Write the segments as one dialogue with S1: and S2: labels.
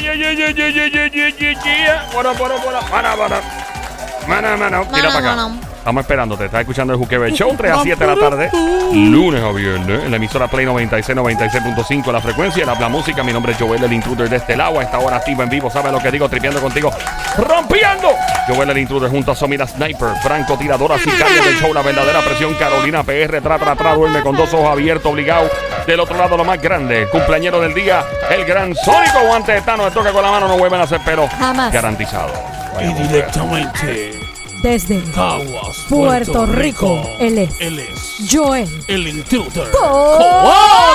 S1: yeah, yeah, yeah, yeah, yeah, yeah, yeah. Bueno, bueno, bueno. Mana, mana. Mana, mana. Mira
S2: Mana,
S1: para acá.
S2: mana.
S1: Estamos esperándote. Estás escuchando el Juqueo del Show 3 a 7 de la tarde. Lunes a viernes. En la emisora Play 96, 96.5 la frecuencia. El habla música. Mi nombre es Joel, el intruder de este lado. A esta hora activo en vivo. ¿Sabes lo que digo? Tripeando contigo. ¡Rompiendo! Joel, el intruder junto a Somira Sniper. Franco, tiradora, sicaria del show. La verdadera presión. Carolina PR. Tra, tra, tra. Duerme con dos ojos abiertos. Obligado. Del otro lado, lo más grande. el Cumpleañero del día. El gran Sónico. Guante de Thanos. Le toca con la mano. No vuelven a hacer pelo.
S2: Jamás.
S1: Garantizado.
S3: Y
S1: Vayamos,
S3: directamente
S4: Desde
S3: Caguas,
S4: Puerto Rico, él es.
S3: Él es
S4: Joel.
S3: el intruder.
S2: Oh.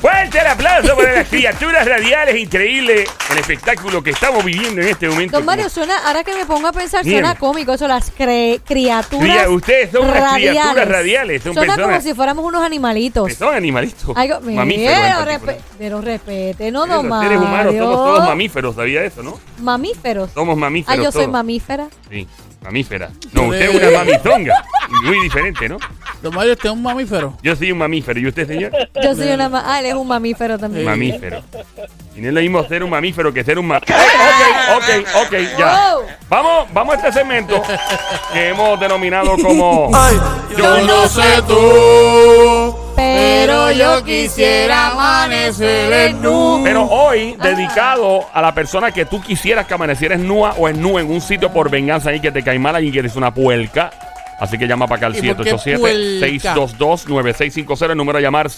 S1: Fuerte el aplauso para las criaturas radiales, increíble el espectáculo que estamos viviendo en este momento.
S2: Don Mario, suena, ahora que me pongo a pensar,
S1: Bien.
S2: suena cómico eso, las cre- criaturas.
S1: Cría- ustedes son unas criaturas radiales, son
S2: Suena como
S1: personas-
S2: si fuéramos unos animalitos.
S1: Son animalitos.
S2: Algo,
S1: mamíferos en
S2: Mira,
S1: particular.
S2: respe- pero respete, no,
S1: Los
S2: don Mario.
S1: seres humanos somos todos mamíferos, ¿sabía eso, no?
S2: mamíferos.
S1: Somos mamíferos
S2: Ah, yo soy
S1: todos.
S2: mamífera.
S1: Sí, mamífera. No, usted es una mamitonga. Muy diferente, ¿no?
S3: Don Mario, este es un mamífero.
S1: Yo soy un mamífero. ¿Y usted, señor?
S2: Yo soy una ma- Ah, él es un mamífero también.
S1: Mamífero. Y no es lo mismo ser un mamífero que ser un ma... Ok, ok, ok, ya.
S2: Wow.
S1: Vamos, vamos a este segmento que hemos denominado como...
S3: Yo no sé tú,
S2: Pero yo quisiera
S3: amanecer en nu.
S1: Pero hoy, dedicado a la persona que tú quisieras que amanecieras nua o en nu en un sitio por venganza y que te cae mal, alguien que eres una puelca. Así que llama para acá al
S3: ¿Y por qué
S1: 787-622-9650. El número a llamar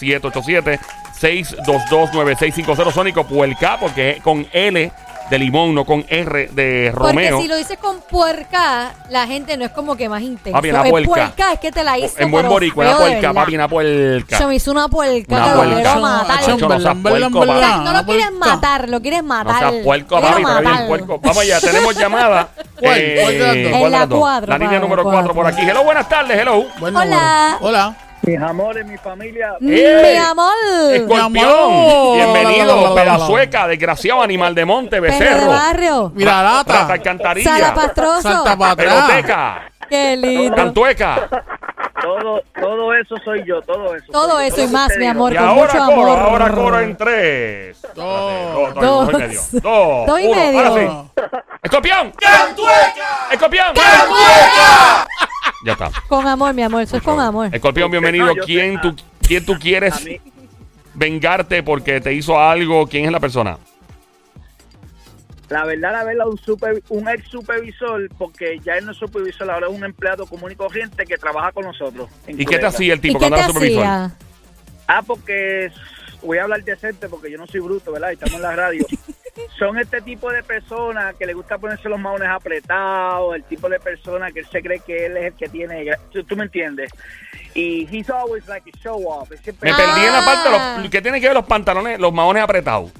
S1: 787-622-9650. Sónico Puelca, porque es con L de limón, no con R de
S2: Porque
S1: Romeo.
S2: si lo dices con puerca, la gente no es como que más intensa.
S1: Papi, una Ah, puerca.
S2: es que te la hice.
S1: en buen
S2: pero
S1: boricua, una
S2: feo de
S1: puelca,
S2: verdad.
S1: papi, una puelca.
S2: Se me hizo una puerca,
S1: Una
S2: te lo
S1: puerca.
S2: quiero matar.
S3: Achón,
S1: Chon, no seas
S3: en verdad, en
S1: puerco, papi.
S3: verdad.
S2: No, no lo
S3: Una
S2: quieres
S3: puerca.
S2: matar, lo quieres
S1: No
S2: matar.
S1: seas puerco,
S2: Quiero
S1: papi, pero bien
S2: matarlo.
S1: puerco. Vamos allá, tenemos llamada.
S3: ¿Cuál? ¿Cuál de las dos?
S2: En la
S1: las dos?
S2: cuatro,
S1: La línea
S2: padre,
S1: número 4
S2: cuatro.
S1: por aquí. Hello, buenas tardes, hello.
S3: Bueno,
S2: Hola.
S3: bueno. Hola.
S5: Mis amores, mi familia.
S2: Mi amor.
S1: Escorpión,
S3: amor.
S1: bienvenido,
S3: La, la, la, la, la, la.
S1: pelazueca, desgraciado, animal de monte,
S2: Perro de
S1: becerro,
S2: barrio.
S3: Mira,
S1: rata
S3: lata.
S2: Sala
S1: alcantarilla,
S2: Pastroso.
S3: Salta para atrás.
S1: peloteca,
S2: Qué lindo.
S1: cantueca.
S5: Todo, todo eso soy yo, todo eso.
S2: Todo
S5: soy yo,
S2: eso y
S5: lo que
S2: más,
S5: te
S2: mi
S5: digo.
S2: amor.
S1: Y
S2: con
S1: ahora
S2: mucho
S1: coro,
S2: amor.
S1: ahora coro en tres.
S3: Dos.
S1: Espérate, dos, dos y
S2: Dos.
S1: medio. Dos.
S2: Dos y
S1: uno,
S2: medio.
S1: ahora sí. Escorpión. Escorpión. Ya está.
S2: Con amor, mi amor. Eso es con amor.
S1: Escorpión, bienvenido.
S5: No, yo
S1: ¿Quién
S5: sé, Ah.
S1: tú, quién tú
S5: A
S1: quieres
S5: mí,
S1: vengarte porque te hizo algo? ¿Quién es la persona?
S5: la verdad, la verdad, un, super, un ex supervisor, porque ya él no es supervisor, ahora es un empleado común y corriente que trabaja con nosotros. en
S1: ¿Y qué te
S5: Cruella.
S1: hacía el
S2: ¿Y
S1: tipo
S2: qué
S1: cuando
S2: te
S1: era supervisor?
S2: hacía?
S5: Ah, porque voy a hablar decente, porque yo no soy bruto, ¿verdad? Estamos en la radio. Son este tipo de personas que le gusta ponerse los maones apretados, el tipo de persona que él se cree que él es el que tiene. gra- ¿Tú, tú me entiendes? Y he's always like a show off. Él siempre-
S1: Me perdí en la
S2: Ah.
S1: parte de los, que tiene que ver los pantalones, los maones apretados.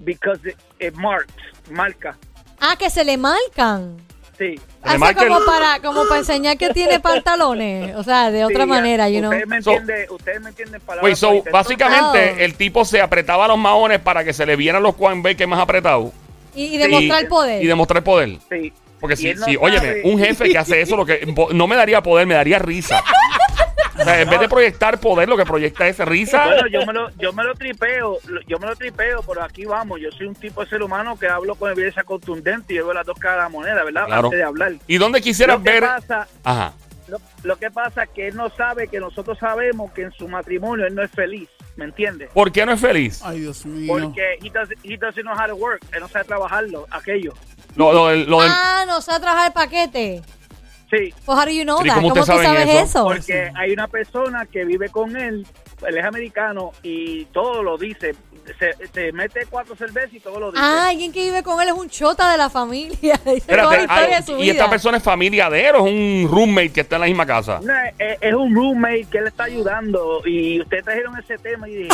S5: Because it, it marks, marca.
S2: Ah, que se le marcan.
S5: Sí.
S1: Se le
S2: Hace
S1: marca el-
S2: como para, como para enseñar que tiene pantalones. O sea, de otra
S5: Sí,
S2: manera, you know.
S5: Ustedes me
S1: So-
S5: entienden, ustedes me entienden palabras.
S1: Wait, so,
S5: bonitas.
S1: básicamente
S2: Oh.
S1: el tipo se apretaba los maones para que se le vieran los cuanbeques más apretados
S2: Y, y demostrar
S1: Sí.
S2: poder.
S1: y demostrar poder.
S5: Entonces, sí.
S1: Porque
S5: Y
S1: si,
S5: él no
S1: si óyeme,
S5: sabe-
S1: un jefe que hace eso, lo que po- no me daría poder, me daría risa. O sea, en vez de proyectar poder, lo que proyecta es risa.
S5: Bueno, yo me, lo, yo me lo tripeo, lo- yo me lo tripeo, pero aquí vamos. Yo soy un tipo de ser humano que hablo con evidencia contundente y yo veo las dos caras de la moneda, ¿verdad?
S1: Claro.
S5: Antes de hablar.
S1: ¿Y dónde quisieras
S5: Lo que,
S1: ver?
S5: pasa,
S1: Ajá.
S5: lo, lo que pasa es que él no sabe que nosotros sabemos que en su matrimonio él no es feliz, ¿me entiendes?
S1: ¿Por qué no es feliz?
S3: Ay, Dios mío.
S5: Porque he doesn't, he doesn't know how to work, él no sabe trabajarlo, aquello.
S1: Lo, lo del- lo del-
S2: Ah, no sabe trabajar el paquete.
S5: Sí,
S2: Pues, how do you know
S1: Pero, ¿y
S2: that?
S1: cómo
S2: ¿Cómo,
S1: ustedes
S2: tú
S1: saben
S2: sabes
S1: eso?
S2: eso?
S5: Porque hay una persona que vive con él, él es americano y todo lo dice. Se, se mete cuatro cervezas y todo lo dice.
S2: Ah, alguien que vive con él es un chota de la familia. Dice toda la
S1: espérate,
S2: historia
S1: ay,
S2: de su
S1: ¿y
S2: vida.
S1: esta persona es familia de él o es un roommate que está en la misma casa?
S5: No, eh, es, es un roommate que le está ayudando y ustedes trajeron ese tema y dije,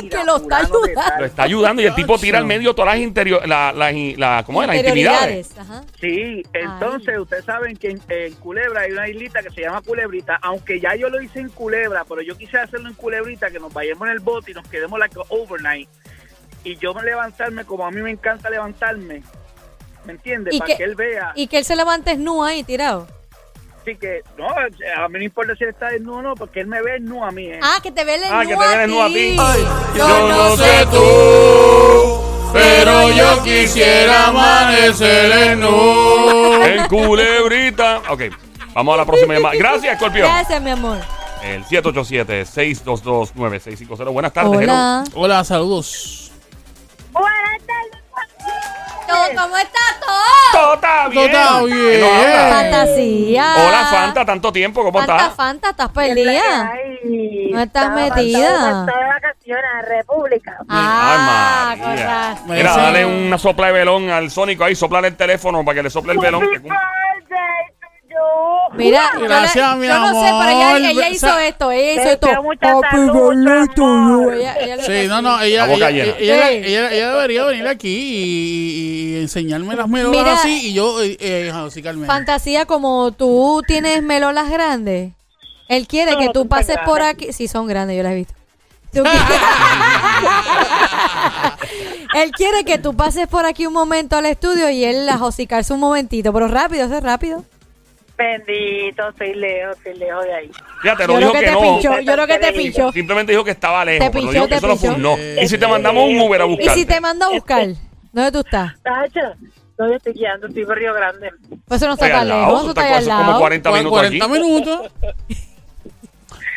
S5: mira,
S2: Que lo está
S5: fulano de tal.
S2: ayudando.
S1: Lo está ayudando y el tipo tira al medio todas las interior, la, la, la- ¿cómo es? Las intimidades.
S2: Interioridades, Ajá.
S5: Sí, entonces
S2: Ay.
S5: ustedes saben que en, en Culebra hay una islita que se llama Culebrita, aunque ya yo lo hice en Culebra, pero yo quise hacerlo en Culebrita, que nos vayamos en el bote y nos quedemos like overnight. Y yo levantarme como a mí me encanta levantarme, ¿me entiendes?
S2: Y
S5: Para
S2: que-
S5: que él vea.
S2: Y que él se levante nu ahí tirado.
S5: Así que, no, a mí no importa si él está desnudo o no, porque él me ve desnudo a mí. ¿eh?
S2: Ah, que te ve el
S1: Ah, que
S2: nu
S1: te ve el nu a
S2: a ti.
S1: ti.
S2: Yo
S3: tú, Pero yo quisiera amanecer en nu.
S1: En culebrita. Ok, vamos a la próxima llamada. Gracias, Escorpión.
S2: Gracias, mi amor.
S1: El 787-622-9650. Buenas tardes,
S2: Hola.
S3: Hola, saludos.
S6: Buenas tardes,
S2: Todo, ¿Cómo está todo?
S1: hello. Tota, bien.
S3: Tota, bien.
S1: ¿Qué nos habla?
S2: Fantasía.
S1: Eh. Hola, Fanta, tanto tiempo, ¿cómo
S2: Fanta,
S1: estás?
S2: Fanta, estás
S6: María.
S2: perdida. No estás
S6: Estaba-
S2: metida.
S6: estaba- estaba de vacaciones en República.
S2: Ah,
S1: Ay,
S2: con
S1: María.
S2: razón.
S1: Mira, dale una sopla de velón al Sónico ahí, soplale el teléfono para que le sople el velón. que cum-
S2: Mira, yo la-
S3: Gracias, mi
S2: yo no sé, pero ella,
S3: amor.
S2: ella hizo
S3: Sa-
S2: esto, ella hizo
S6: Te
S2: esto. Oh,
S6: deseo mucha salud, mucho amor.
S2: Ella- ella lo
S3: Sí,
S2: que
S3: no,
S2: sí.
S3: no, ella,
S1: La boca
S3: ella,
S1: llena.
S3: ella-
S2: Sí.
S3: ella- ella debería venir aquí y, y- y enseñarme las melodas
S2: Mira.
S3: así y yo, eh, eh, así Carmen.
S2: Fantasía, como tú tienes melolas grandes, él quiere
S5: No,
S2: que
S5: no
S2: tú
S5: son tan
S2: pases por
S5: grandes.
S2: aquí. Sí, son grandes, yo las he visto. Tú qui- él quiere que tú pases por aquí un momento al estudio y él las hocicarse un momentito, pero rápido, eso es rápido.
S6: Bendito, estoy lejos, estoy lejos de ahí.
S1: Fíjate,
S2: Yo
S1: no dijo
S2: creo
S1: que,
S2: que te
S1: no.
S2: pinchó, yo creo que te
S6: Te
S2: pinchó.
S1: Simplemente dijo que estaba lejos.
S2: Te
S1: pero
S2: pinchó,
S1: dijo que
S2: te
S1: eso no fue un
S2: pinchó.
S1: no. Y si te mandamos un Uber a
S2: ¿Y
S1: buscar.
S2: si te manda a
S5: Este-
S2: buscar? ¿Dónde tú estás?
S6: Tacha, no, yo estoy guiando, estoy por Río Grande.
S2: Pues eso no está tan lejos, eso está ahí al
S1: como
S2: lado.
S1: 40
S3: Cu-
S1: minutos
S3: 40
S1: aquí.
S3: minutos.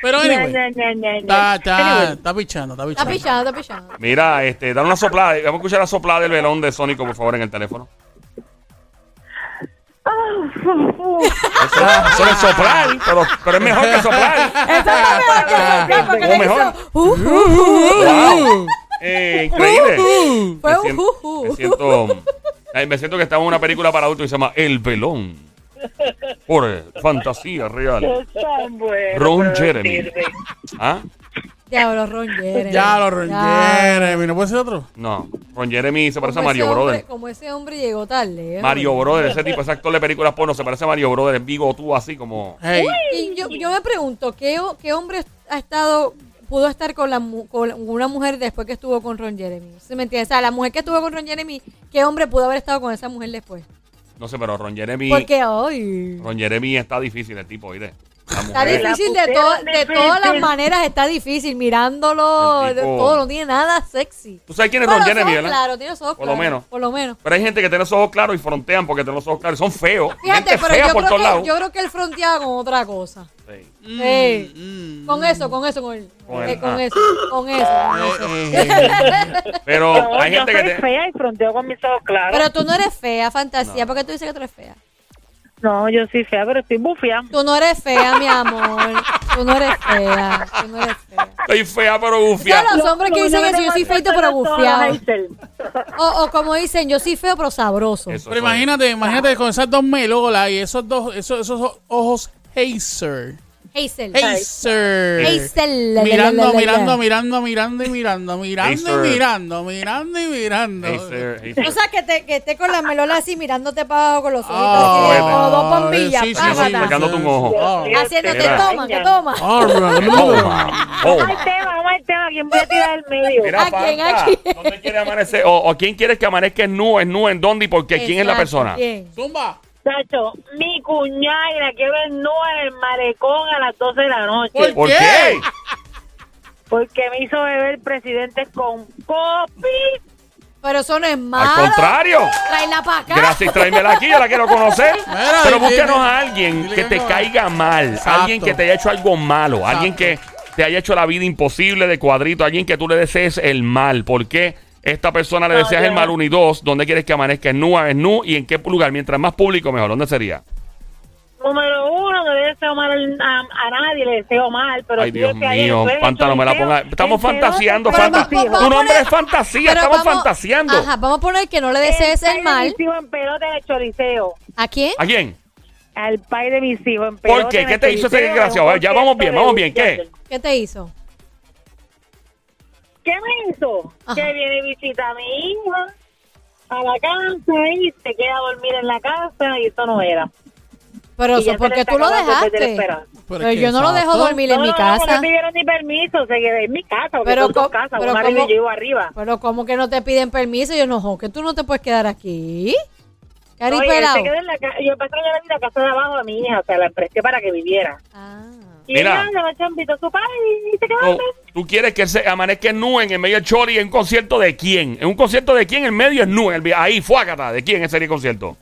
S3: Pero anyway,
S6: Ña, ña, ña, ña,
S3: está,
S6: ña.
S3: está, está pichando, está
S2: Está
S3: pichando.
S2: pichado, está pichado.
S1: Mira, este, dale una soplada. Vamos a escuchar la soplada del velón de Sónico, por favor, en el teléfono. Eso, eso no es soplar, pero, pero es mejor que soplar.
S2: Eso es lo mejor que salió, porque
S1: O
S2: le
S1: mejor.
S2: hizo, uh, uh,
S1: Wow. Eh, increíble.
S2: Fue
S1: Me
S2: un
S1: siento,
S2: juju.
S1: me siento, ay, me siento que estamos en una película para adultos y se llama El Velón. Por eh, fantasía real. Ron Jeremy. ¿Ah?
S2: Diablo, Ron Jeremy.
S3: Ya lo
S2: Ya.
S3: Jeremy, ¿no puede ser otro?
S1: No. Ron Jeremy se parece a
S2: Como ese
S1: Mario
S2: hombre-
S1: Brother.
S2: Como ese hombre llegó tarde. ¿eh?
S1: Mario Brother, ese tipo, ese actor de películas porno se parece a Mario Brother, en Vigo tú así como.
S3: Hey,
S2: Y yo, yo me pregunto, ¿qué, o- qué hombre ha estado pudo estar con, la, mu- con una mujer después que estuvo con Ron Jeremy? ¿Se me entiende? O sea, la mujer que estuvo con Ron Jeremy, ¿qué hombre pudo haber estado con esa mujer después?
S1: No sé, pero Ron Jeremy.
S2: Porque hoy...
S1: Ron Jeremy está difícil el tipo, oíste. La
S2: Está
S1: mujer-
S2: difícil
S6: La
S2: de,
S6: pusieron
S2: to- de
S6: difícil.
S2: todas las maneras, está difícil mirándolo,
S1: El
S2: de
S1: tipo-
S2: todo, no tiene nada sexy.
S1: ¿Tú sabes quién es
S2: Bueno,
S1: Ron Jeremy,
S2: ojos
S1: verdad?
S2: claros, tiene los ojos
S1: Por lo
S2: claros,
S1: menos.
S2: Por lo menos.
S1: Pero hay gente que tiene los ojos claros y frontean porque tiene los ojos claros. Son feos.
S2: Fíjate,
S1: gente
S2: pero
S1: fea
S2: yo
S1: por
S2: creo,
S1: todos lados.
S2: que, yo creo que él fronteaba con otra cosa.
S1: Sí.
S2: Ey,
S3: mm,
S2: Con eso, con eso, con, el-
S1: Con
S2: eh,
S1: el-
S2: con
S1: ah. Eh,
S2: eso, con eso. con eso.
S1: Pero
S6: No,
S1: hay
S6: yo
S1: gente que
S6: soy
S1: te...
S6: fea y fronteo con mis ojos claros.
S2: Pero tú no eres fea, fantasía. ¿Por qué tú dices que tú eres fea?
S6: No, yo soy fea, pero estoy bufia.
S2: Tú no eres fea, mi amor. Tú no eres fea. Tú no eres fea.
S1: Soy fea ah, pero
S2: Ya
S1: bufia.
S2: los hombres que dicen eso, yo soy feito pero bufiado.
S6: bufiado.
S2: O, o como dicen, yo soy feo pero sabroso.
S1: Eso,
S3: pero
S1: eso.
S3: imagínate, imagínate con esas dos melolas y esos dos, esos, esos ojos hazer.
S2: Hazel.
S3: Hazer.
S2: Hazel. la, la, la, la,
S3: Mirando,
S2: la, la.
S3: mirando, mirando, mirando y mirando, mirando y
S1: Hazer.
S3: mirando, mirando y mirando.
S1: Hey, sir, hey,
S2: O
S1: sir.
S2: sea, que, te, que esté con la melola así mirándote para abajo con los ojitos.
S3: Ah,
S2: así, como dos bombillas.
S3: sí, sí,
S2: págata.
S3: sí,
S1: Sacándote un ojo.
S3: Ah.
S2: Haciéndote
S1: Mira.
S2: toma, que toma.
S3: Ah,
S1: Oh, Toma,
S6: Vamos
S1: toma.
S6: al tema, vamos al tema. ¿Quién voy a tirar al medio?
S1: Mira,
S2: ¿A quién,
S1: Fanta,
S2: a quién?
S1: ¿dónde quiere amanecer? O, o quién quiere que amanezca en nu, en nu, en dónde y por qué? ¿Quién es la
S2: Exacto,
S1: persona?
S2: ¿quién?
S3: Zumba.
S6: Chacho, mi cuñada y la quiero en nua en el marecón a las 12 de la noche.
S1: ¿Por qué?
S6: Porque me hizo beber el presidente con copi.
S2: Pero eso no es malo.
S1: Al contrario.
S2: Tráela para acá.
S1: Gracias, tráemela aquí, yo la quiero conocer.
S3: Mira,
S1: Pero
S3: dile-
S1: búscanos a alguien
S3: dile
S1: que
S3: que
S1: te
S3: no.
S1: caiga mal,
S3: Exacto.
S1: alguien que te haya hecho algo malo, alguien que te haya hecho la vida imposible de cuadrito, alguien que tú le desees el mal. ¿Por qué esta persona le
S6: No,
S1: deseas
S6: yo
S1: el mal
S6: no.
S1: uno y dos? ¿Dónde quieres que amanezca? ¿En nu, en nu? ¿Y en qué lugar? Mientras más público, mejor. ¿Dónde sería?
S6: Número uno, no le deseo mal a, a nadie, le deseo mal. Pero
S1: Ay,
S6: sí
S1: Dios
S6: que ayer
S1: mío,
S6: fue el
S1: Fanta, no me la
S6: choliseo.
S1: ponga. Estamos
S6: El celote
S1: fantaseando,
S6: fue
S1: Fanta.
S6: mi hijo.
S1: Tu
S2: vamos
S1: nombre
S2: a-
S1: es fantasía,
S2: Pero
S1: estamos
S2: vamos-
S1: fantaseando.
S2: Ajá, vamos a poner que no le desees el mal.
S6: El pai de mis hijos en pelota en el choliseo.
S2: ¿A quién?
S1: ¿A quién?
S6: Al pai de mis hijos en pelota.
S1: ¿Por qué?
S6: en
S1: ¿Qué
S6: el
S1: te hizo ese
S6: choliseo,
S1: desgraciado?
S6: en
S1: A
S6: un
S1: ver, ya vamos bien,
S6: concierto
S1: vamos
S6: de
S1: bien. ¿Qué?
S6: Wisin.
S2: ¿Qué te hizo?
S6: ¿Qué me hizo?
S2: Ajá.
S6: Que viene y visita a mi hija a la casa y se queda a dormir en la casa y esto no era.
S2: Pero
S6: Y ya
S2: eso,
S6: se le
S2: porque
S6: está
S2: tú lo
S6: acabando el
S2: dejaste.
S6: desesperado.
S2: Pero yo no lo dejo dormir en
S6: No,
S2: mi
S6: no, No,
S2: casa.
S6: no me dieron ni permiso, se quedé en mi casa, porque
S2: Pero
S6: son dos
S2: co-
S6: casas,
S2: pero
S6: una arriba y
S2: ¿cómo?
S6: yo vivo arriba.
S2: Pero como que no te piden permiso, yo no, jo, que tú no te puedes quedar aquí. Cari
S6: Oye,
S2: pelao.
S6: se quedó en la ca- yo pasé la vida en la casa de abajo de mi hija, o sea, la presté para que viviera.
S2: Ah.
S6: Y
S1: Mira. Oh.
S6: ella le chambito a su padre y se quedó
S1: No,
S6: dormida.
S1: ¿Tú quieres que él se amanezca en nu en el medio del chori en un concierto de quién? En un concierto de quién en medio es nu. en el vi- ahí, fuácata. ¿De quién sería el concierto?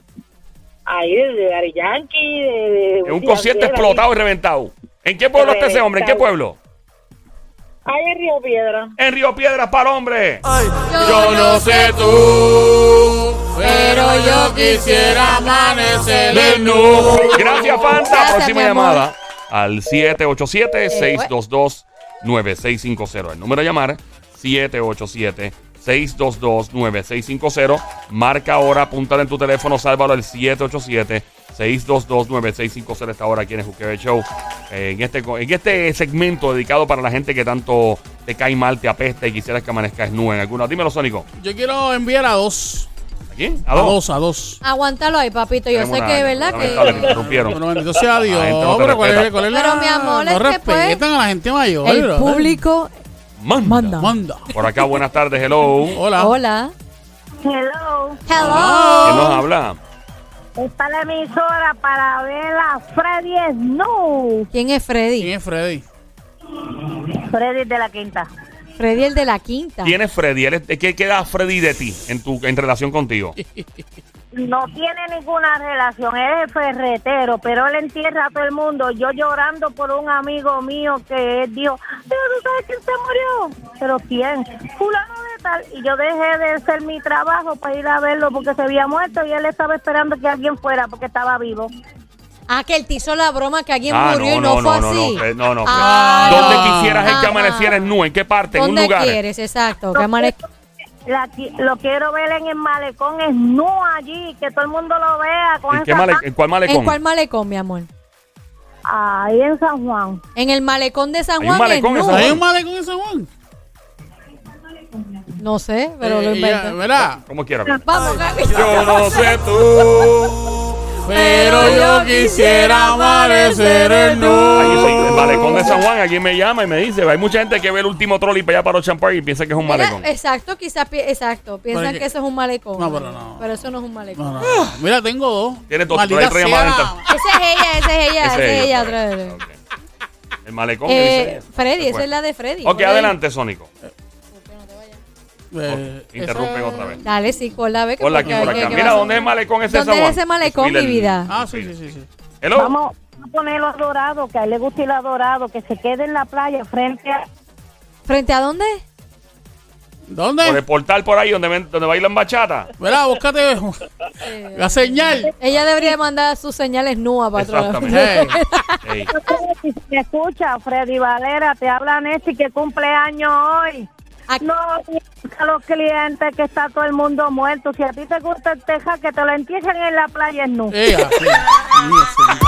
S6: Ahí, de, de Daddy Yankee, de... de-
S1: En un
S6: de-
S1: concierto
S6: de-
S1: explotado y reventado. ¿En qué pueblo está ese hombre? ¿En qué pueblo?
S6: Ahí en Río Piedra.
S1: En Río Piedras para hombre.
S3: Yo no sé tú, pero yo quisiera amanecer en nu.
S1: Gracias, Fanta.
S2: Gracias,
S1: Próxima
S2: mi amor. Eh,
S1: llamada al 787-622-9650. El número a llamar 787-622-9650. Marca ahora, apúntale en tu teléfono, sálvalo al 787-622-9650. Esta hora aquí en el Juqueo Show. Eh, en, este, co- en este segmento dedicado para la gente que tanto te cae mal, te apesta y quisieras que amanezcas nu en alguna. Dímelo, Sónico.
S3: Yo quiero enviar a dos.
S1: ¿A quién?
S3: A dos, a dos.
S2: Aguántalo ahí, papito. Yo sé
S1: Tenemos
S2: que,
S1: una-
S2: ¿verdad?
S1: lamentable que te
S2: Que
S1: Ah, interrumpieron. Ah,
S3: Bueno, bendito sea Dios.
S1: La gente no te
S3: pero ¿cuál
S1: respeta.
S3: es, cuál es la-
S2: Pero, mi amor,
S3: no
S2: es que, pues,
S3: respetan a la gente mayor.
S4: El
S3: brother.
S4: público
S1: Manda.
S4: manda.
S3: Manda.
S1: Por acá, buenas tardes, hello. ¿Quién
S3: Hola.
S2: Hola.
S6: Hello.
S2: Hello.
S1: nos habla?
S6: Es para la emisora para ver a Freddy Snow.
S2: ¿Quién es
S3: ¿Quién
S2: Freddy?
S3: es Freddy?
S6: Freddy de la Quinta.
S2: Freddy el de la quinta.
S1: ¿Quién es Freddy? Él es- ¿Qué queda Freddy de ti en tu en relación contigo?
S6: No tiene ninguna relación, es ferretero, pero él entierra a todo el mundo. Yo llorando por un amigo mío que él dijo, pero tú sabes quién se murió. Pero quién, fulano de tal. Y yo dejé de hacer mi trabajo para ir a verlo porque se había muerto y él estaba esperando que alguien fuera porque estaba vivo.
S2: Ah, que él te hizo la broma que alguien
S1: Ah,
S2: murió y
S1: no,
S2: no,
S1: no,
S2: fue
S1: no, no,
S2: así.
S1: no, Fred, no, no, Fred.
S2: Ah,
S1: ¿Dónde
S2: no.
S1: quisieras el que
S2: Ajá.
S1: amanecieras nu? ¿En qué parte? ¿En un
S2: ¿Dónde
S1: lugar?
S2: quieres? Exacto. Que amanezca.
S6: La qui- lo quiero ver en el malecón, es no allí, que todo el mundo lo vea con
S1: ¿En, qué
S6: esa
S1: male-
S6: pan-
S1: en cuál malecón?
S2: ¿En cuál malecón, mi amor?
S6: Ahí en San Juan.
S2: En el malecón de San
S1: Hay un
S2: Juan. en
S1: malecón en
S2: Nu.
S1: San Juan.
S3: ¿Hay un malecón en San Juan?
S2: No sé, pero lo
S3: Eh, ya,
S2: inventé.
S3: ¿Verdad?
S1: Como quiera. mira.
S2: Vamos, Gaby.
S1: Yo no sé tú.
S3: Pero yo quisiera amanecer en
S1: Ahí
S3: nu.
S1: sí, el malecón de San Juan, alguien me llama y me dice, hay mucha gente que ve el último trolley para allá para Ochampa y piensa que es un
S2: Mira,
S1: malecón.
S2: exacto, quizás, pi- exacto. Piensan
S3: que-
S2: que eso es un malecón.
S3: No, pero no.
S2: Pero eso no es un malecón.
S3: No, no, no. Mira, tengo dos.
S1: Tienes dos,
S3: Maldita
S1: pero hay tres
S3: sea.
S1: llamadas.
S2: Esa es ella, esa es ella, esa
S1: Ese
S2: es ella
S1: ellos,
S2: otra
S1: ok,
S2: vez.
S1: ok. El malecón. que
S2: Eh,
S1: dice-
S2: Freddy,
S1: se
S2: esa
S1: fue.
S2: es la de Freddy.
S1: Ok,
S2: Ponle ahí.
S1: adelante, Sónico.
S3: Eh,
S1: Ok, interrumpen
S3: esa-
S1: otra vez.
S2: Dale, sí, con la beca.
S1: Hola, aquí por acá. Mira, ¿dónde es el malecón ese de
S2: ¿Dónde
S1: San Juan?
S2: es ese malecón,
S1: Mira
S2: mi
S1: el-
S2: vida?
S3: Ah, sí, sí, sí. sí.
S1: Hello.
S6: Vamos a ponerlo adorado, que a él le gusta ir adorado, que se quede en la playa frente a...
S2: ¿Frente a dónde?
S1: Por
S3: ¿Dónde?
S1: el portal por ahí donde, ven- donde bailan bachata.
S3: Mira, búscate la señal.
S2: Ella debería mandar sus señales nuevas para otro lado.
S1: Exactamente.
S3: Eh,
S1: Ey,
S6: Si me escucha, Freddy Valera, te habla Nessie, que cumple años hoy.
S2: Aquí-
S6: No a los clientes que está todo el mundo muerto. Si a ti te gusta el teja, que te lo entierren en la playa, no.
S3: ella, sí. Mío, sí.